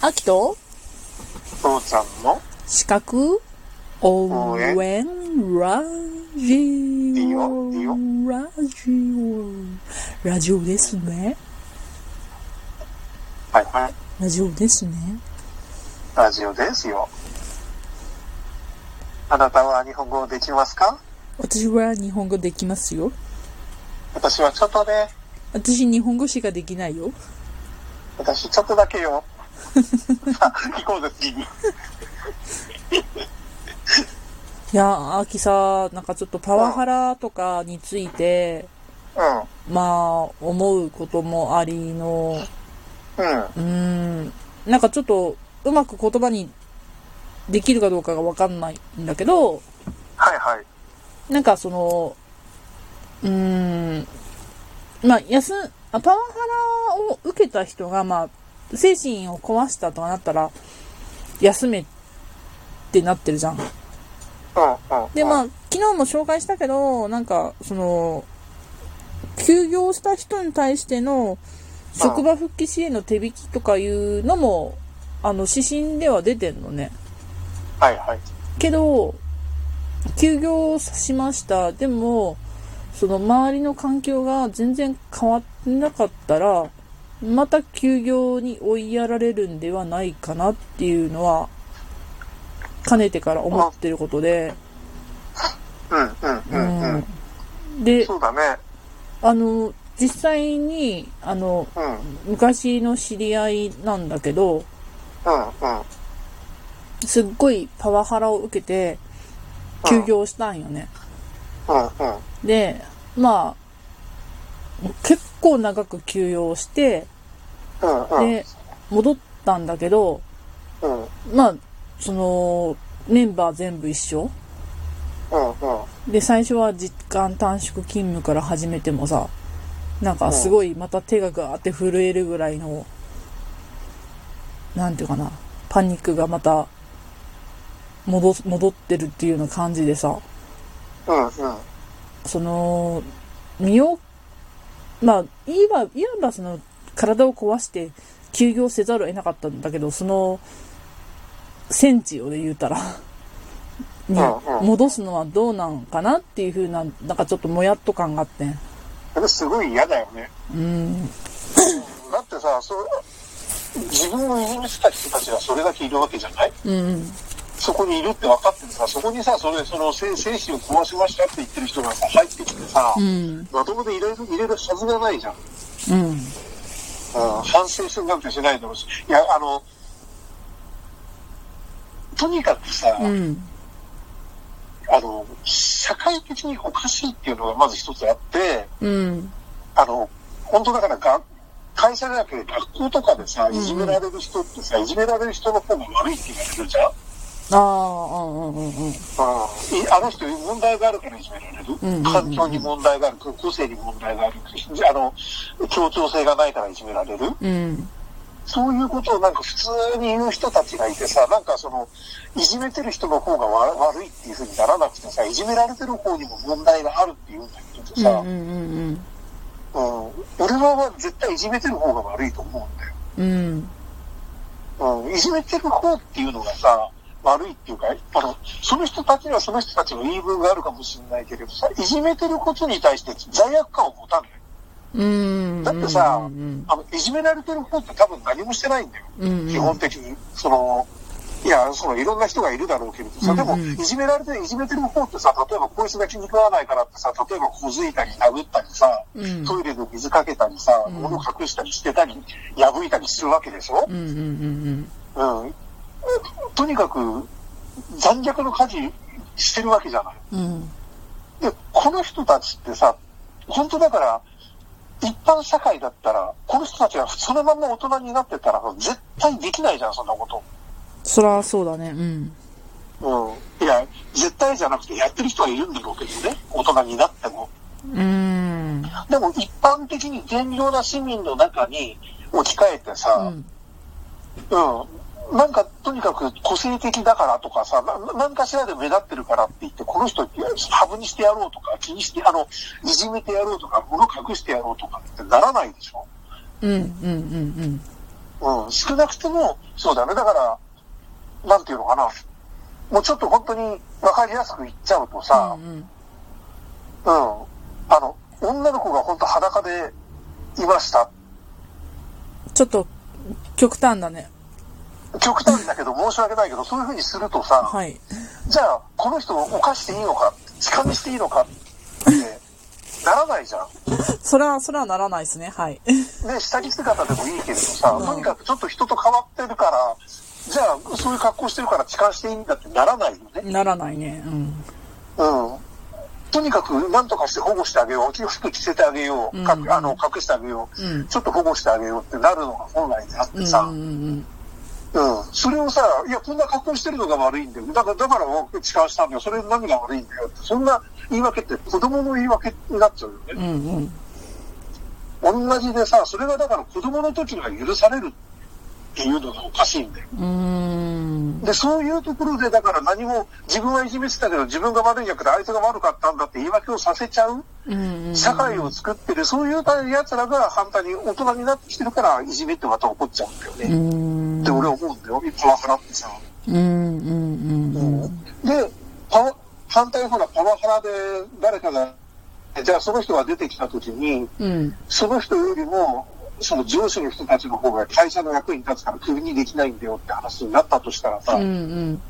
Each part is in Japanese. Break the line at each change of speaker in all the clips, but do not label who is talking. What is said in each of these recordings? アキト
父さんも
資格応援ラジ
いいよいいよ
オラジオラジオですね
はいはい。
ラジオですね
ラジオですよ。あなたは日本語できますか
私は日本語できますよ
私はちょっとね、
私日本語しかできないよ
私ちょっとだけよ。 さあ、行こうぜ、次に。
いやーアキさなんかちょっとパワハラとかについて
う
まあ思うこともありの
ん。うん。
うーんなんかちょっとうまく言葉にできるかどうかがわかんないんだけど
はいはい。
なんかその、うーん、まあ、休ん、あパワハラを受けた人が、まあ、精神を壊したとかなったら、休めってなってるじゃん。
うんうん。
で、ま
あ。
あ、昨日も紹介したけど、なんか、その、休業した人に対しての職場復帰支援の手引きとかいうのも、あの、指針では出てんのね。
はいはい。
けど休業しましたでもその周りの環境が全然変わってなかったらまた休業に追いやられるんではないかなっていうのはかねてから思ってることで、
うんうんうんうん。
で
そうだね。
あの実際にあの
うんうん
昔の知り合いなんだけど
うん。
すっごいパワハラを受けて休業したんよね。
うんうん。
で、まあ、結構長く休養して、
うんうん。
で、戻ったんだけど、
うん
まあ、その、メンバー全部一緒。
うんうん。
で、最初は実間短縮勤務から始めてもさ、なんかすごいまた手がガーって震えるぐらいの、なんていうかな、パニックがまた、戻、戻ってるっていうような感じでさ、
うんうん。
その、身を、まあ、いわ、いわばその、体を壊して休業せざるを得なかったんだけど、その、戦地をで言うたら、に
うんうん
戻すのはどうなんかなっていうふうな、なんかちょっともやっと感があって。
それすごい嫌だよね。
うん。
だってさ、そう、自分をいじめてた人たちがそれだけいるわけじゃない
うん。
そこにいるって分かっててさ、そこにさ、それ、その、精精神を壊しましたって言ってる人がさ、入ってきてさ、
うん。
まともでいれる、入れるはずがないじゃん。
うん。
うん、反省するなんてしないだろうし。いや、あの、とにかくさ、
うん。
あの、社会的におかしいっていうのがまず一つあって、
うん。
あの、本当だからが、会社じゃなくて学校とかでさ、いじめられる人ってさ、いじめられる人の方が悪いって言われるじゃん
ああ、うんうんうんうん。
うんいあの人に問題があるからいじめられる、
うんうんうん
環境に問題がある個性に問題があるあの協調性がないからいじめられる
うん。
そういうことをなんか普通に言う人たちがいてさなんかそのいじめてる人の方がわ悪いっていうふうにならなくてさいじめられてる方にも問題があるっていうんだけど
うん
さ、
うんうん
うん俺は絶対いじめてる方が悪いと思うんだよ
うん。うん。
うん、いじめてる方っていうのがさ、悪いっていうか、あの、その人たちにはその人たちの言い分があるかもしれないけれどさ、いじめてることに対して罪悪感を持たない。
うん。
だってさ、
うん
あの、いじめられてる方って多分何もしてないんだよ。
うんうん。
基本的に。その、いや、その、いろんな人がいるだろうけれどさ、でも、
うんうん
いじめられてる、いじめてる方ってさ、例えばこいつが気に食わないからってさ、例えば小づいたり殴ったりさ、
うん
トイレで水かけたりさ、
うん
物隠したり捨てたり、破いたりするわけでしょ、
うんうんうん
うんとにかく残虐の家事してるわけじゃない。
うん。うん。
で、この人たちってさ、本当だから、一般社会だったら、この人たちがそのまま大人になってたら、絶対できないじゃん、そんなこ
そらそうだね。うん。
と。うん。いや、絶対じゃなくて、やってる人はいるんだろうけどね、大人になっても。
うーん。
でも、一般的に善良な市民の中に置き換えてさ、
うん。
うん。なんか、とにかく個性的だからとかさ、ななんかしらで目立ってるからって言って、この人、ハブにしてやろうとか、気にして、あの、いじめてやろうとか、物隠してやろうとかってならないでしょ。
うん。うん。うん。
うん、少なくとも、そうだね。だから、なんていうのかな。もうちょっと本当に分かりやすく言っちゃうとさ、
うんうん。
うん。あの、女の子が本当裸でいました。
ちょっと、極端だね。
極端だけど申し訳ないけど、そういうふうにするとさ、
はい。
じゃあ、この人を犯していいのか、痴漢していいのかって、ならないじゃん。
それは、それはならないですね。はい。
ね、下着姿でもいいけれどさ、とにかくちょっと人と変わってるから、じゃあ、そういう格好してるから痴漢していいんだってならないよね。
ならないね。うん。
うん。とにかく、なんとかして保護してあげよう。着服着せてあげよう。
うん
かくあの、隠してあげよう、
うん
ちょっと保護してあげようってなるのが本来であっ
う
て
ん
さ、
うんうん
うん。それをさ、いや、こんな格好してるのが悪いんだよ。だから、だから僕痴漢したんだよ。それ何が悪いんだよって。そんな言い訳って子供の言い訳になっちゃうよね。
うん。うんうん。
同じでさ、それがだから子供の時は許されるっていうのがおかしいんだよ。
うーん。
で、そういうところでだから何も自分はいじめてたけど自分が悪いんじゃなくてあいつが悪かったんだって言い訳をさせちゃう
うんうん。
社会を作ってる、そういう奴らが反対に大人になってきてるからいじめってまた起こっちゃうんだよ
う
ね。
ん。
って俺は思うんだよ。パワハラってさ。
うんうんうんうん。
で、パワ反対にほらパワハラで誰かが、じゃあその人が出てきた時に、
うん。
その人よりも、その上司の人たちの方が会社の役に立つからクビにできないんだよって話になったとしたらさ、
うんうん。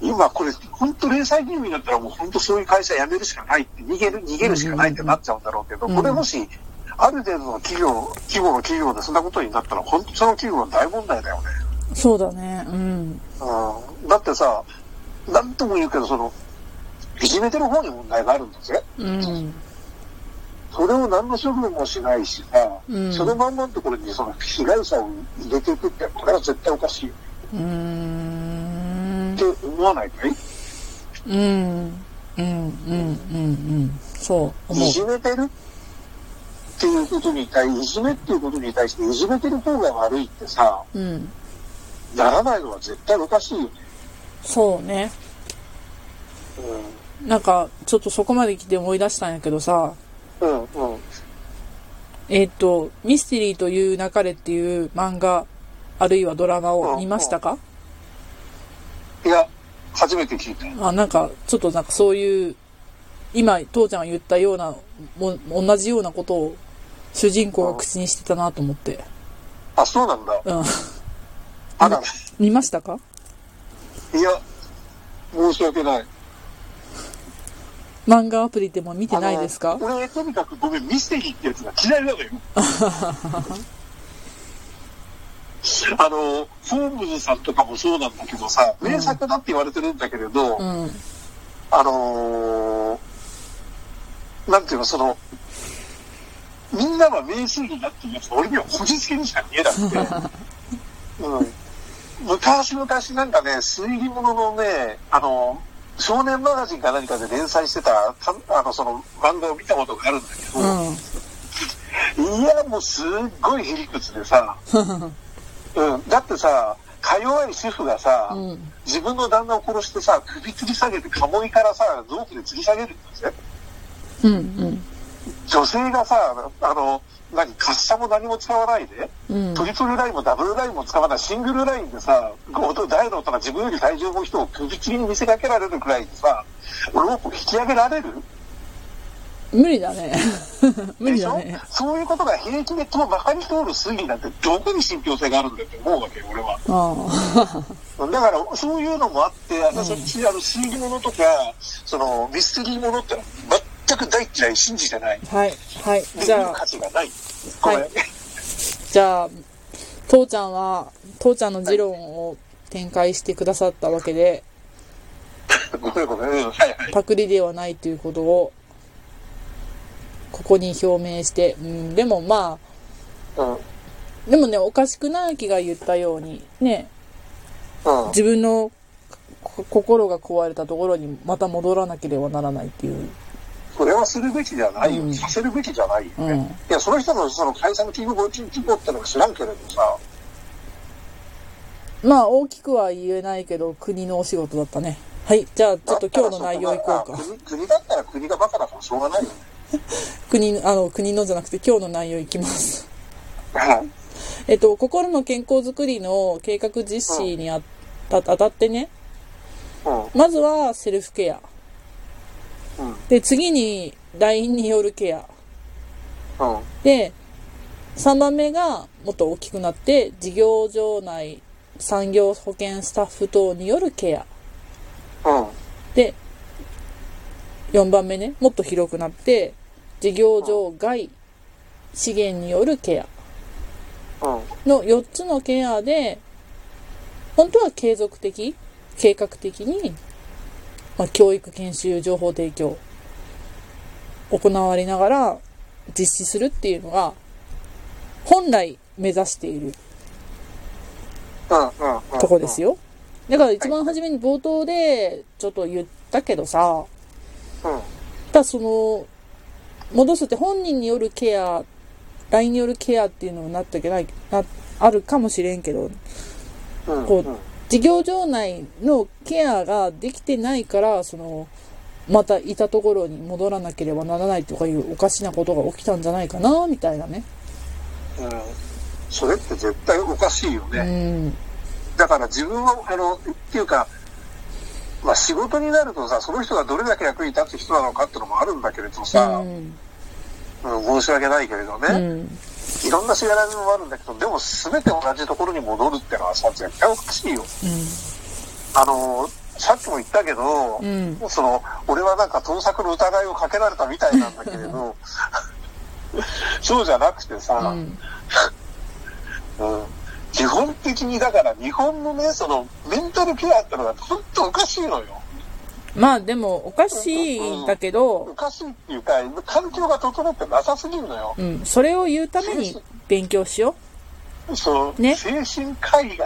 今これ、本当零細義務になったらもう本当そういう会社辞めるしかないって、逃げる、逃げるしかないってなっちゃうんだろうけど、
うん
これもし、ある程度の企業、規模の企業でそんなことになったら、本当その企業は大問題だよね。
そうだね。うん。
うん。だってさ、なんとも言うけど、その、いじめてる方に問題があるんだぜ。
うん。
それを何の処分もしないしさ、
うん
そのまんまのところにその被害者を入れていくって、これは絶対おかしいっ
うーん。
て思わないかい、
うん。うん。うん。うん。そう。思
いじめてるっていうことに対いじめっていうことに対して、いじめてる方が悪いってさ、
う。うん。
ならないのは絶対おかしいよね。
そうね。なんか、ちょっとそこまで来て思い出したんやけどさ、
うん。うん、うん。
えっ、と、ミステリーという流れっていう漫画、あるいはドラマを見ましたか、
いや、初めて聞いたよ。
あなんか、ちょっとなんかそういう、今、父ちゃんが言ったような、も同じようなことを主人公が口にしてたなと思って。
あ、そうなんだ。
うん。
あら、
見ましたか
いや、申し訳ない。
漫画アプリでも見てないです
あ
か
の俺、とにかくごめん、ミステリーってやつが嫌いな のよ。あの、フォームズさんとかもそうなんだけどさ、名作だって言われてるんだけれど、
うん。
あのーなんていうの、その、みんなは名推理だっていうやつが俺にはこじつけにしか見えなくて、うん、昔々なんかね、推理物のね、あの、少年マガジンか何かで連載してた、たあの、その漫画を見たことがあるんだけど、
うん。
いや、もうすっごいへりくつでさ、うん、だってさ、か弱い主婦がさ、
うん
自分の旦那を殺してさ、首吊り下げて、鴨居からさ、ロープで吊り下げるんですよ。
うん。
女性がさ、あの、何、滑車も何も使わないで、
うん。
トリプルラインもダブルラインも使わない、シングルラインでさ、音大の音が自分より体重の人を首吊りに見せかけられるくらいでさ、ロープ引き上げられる
無理だね。 無
で
理
し
だ
ょ、
ね。
そういうことが平気でこのバカに通る推理なんてどこに信憑性があるんだって思うわけよ、俺は。
あ
だから、そういうのもあって、私、あの、推理物とか、その、ミステリー物ってのは全く大嫌い、信じてない。
あ。はい。はい。じ
見
ゃ
る
あ
価、値がない。
は
はいい。
じゃあ、父ちゃんは、父ちゃんの持論を展開してくださったわけで、
ごめんごめん。うんはいはい。
パクリではないということを、ここに表明して、うん、でもま
うん。
あ、でもね、おかしくない気が言ったように、ね、
うん。
自分のこ心が壊れたところにまた戻らなければならないっていう。
それはするべきじゃないよ。
うん
させるべきじゃないよね。
うん
いや、その人のその会社の規模、規模ってのは知らんけれどさ、
まあ、大きくは言えないけど、国のお仕事だったね。はい。じゃあ、ちょっと今日の内容いこう
あ
か。
国国だったら国がバカだからしょうがないよね。
国の、あの、国のじゃなくて今日の内容いきます。
はい。
えっと、心の健康づくりの計画実施にあた当たってね、
うん、
まずはセルフケア。
うん、
で、次に LINE によるケア。
うん、
で、3番目がもっと大きくなって、事業場内産業保険スタッフ等によるケア。
うん、
で、4番目ね、もっと広くなって、事業場外資源によるケア
うん、
の4つのケアで、本当は継続的、計画的に、まあ、教育研修情報提供、行われながら実施するっていうのが、本来目指している
うん、うん。
とこですよ。だから一番初めに冒頭でちょっと言ったけどさ、
うん。うん、
ただその戻すって本人によるケア LINE によるケアっていうのになってけないなあるかもしれんけど
うん、
こ
う、
うん
うん、
事業場内のケアができてないからそのまたいたところに戻らなければならないとかいうおかしなことが起きたんじゃないかなみたいなね
それって絶対おかしいよね。
うん
だから自分を、あの、っていうか、まあ仕事になるとさ、その人がどれだけ役に立つ人なのかってのもあるんだけれどさ、
うん
うん申し訳ないけれどね、
うん
いろんなしがらみもあるんだけど、でも全て同じところに戻るってのはさ、絶対おかしいよ。あの、さっきも言ったけど、
うん
その、俺はなんか盗作の疑いをかけられたみたいなんだけれ ど、そうじゃなくてさ、
うん
うん基本的にだから日本のね、そのメンタルケアってのが本当おかしいのよ。
まあでもおかしいんだけ
お
ど、
かしいっていうか、環境が整ってなさすぎるのよ。
うん、それを言うために勉強しよう
その
ね
精神科医が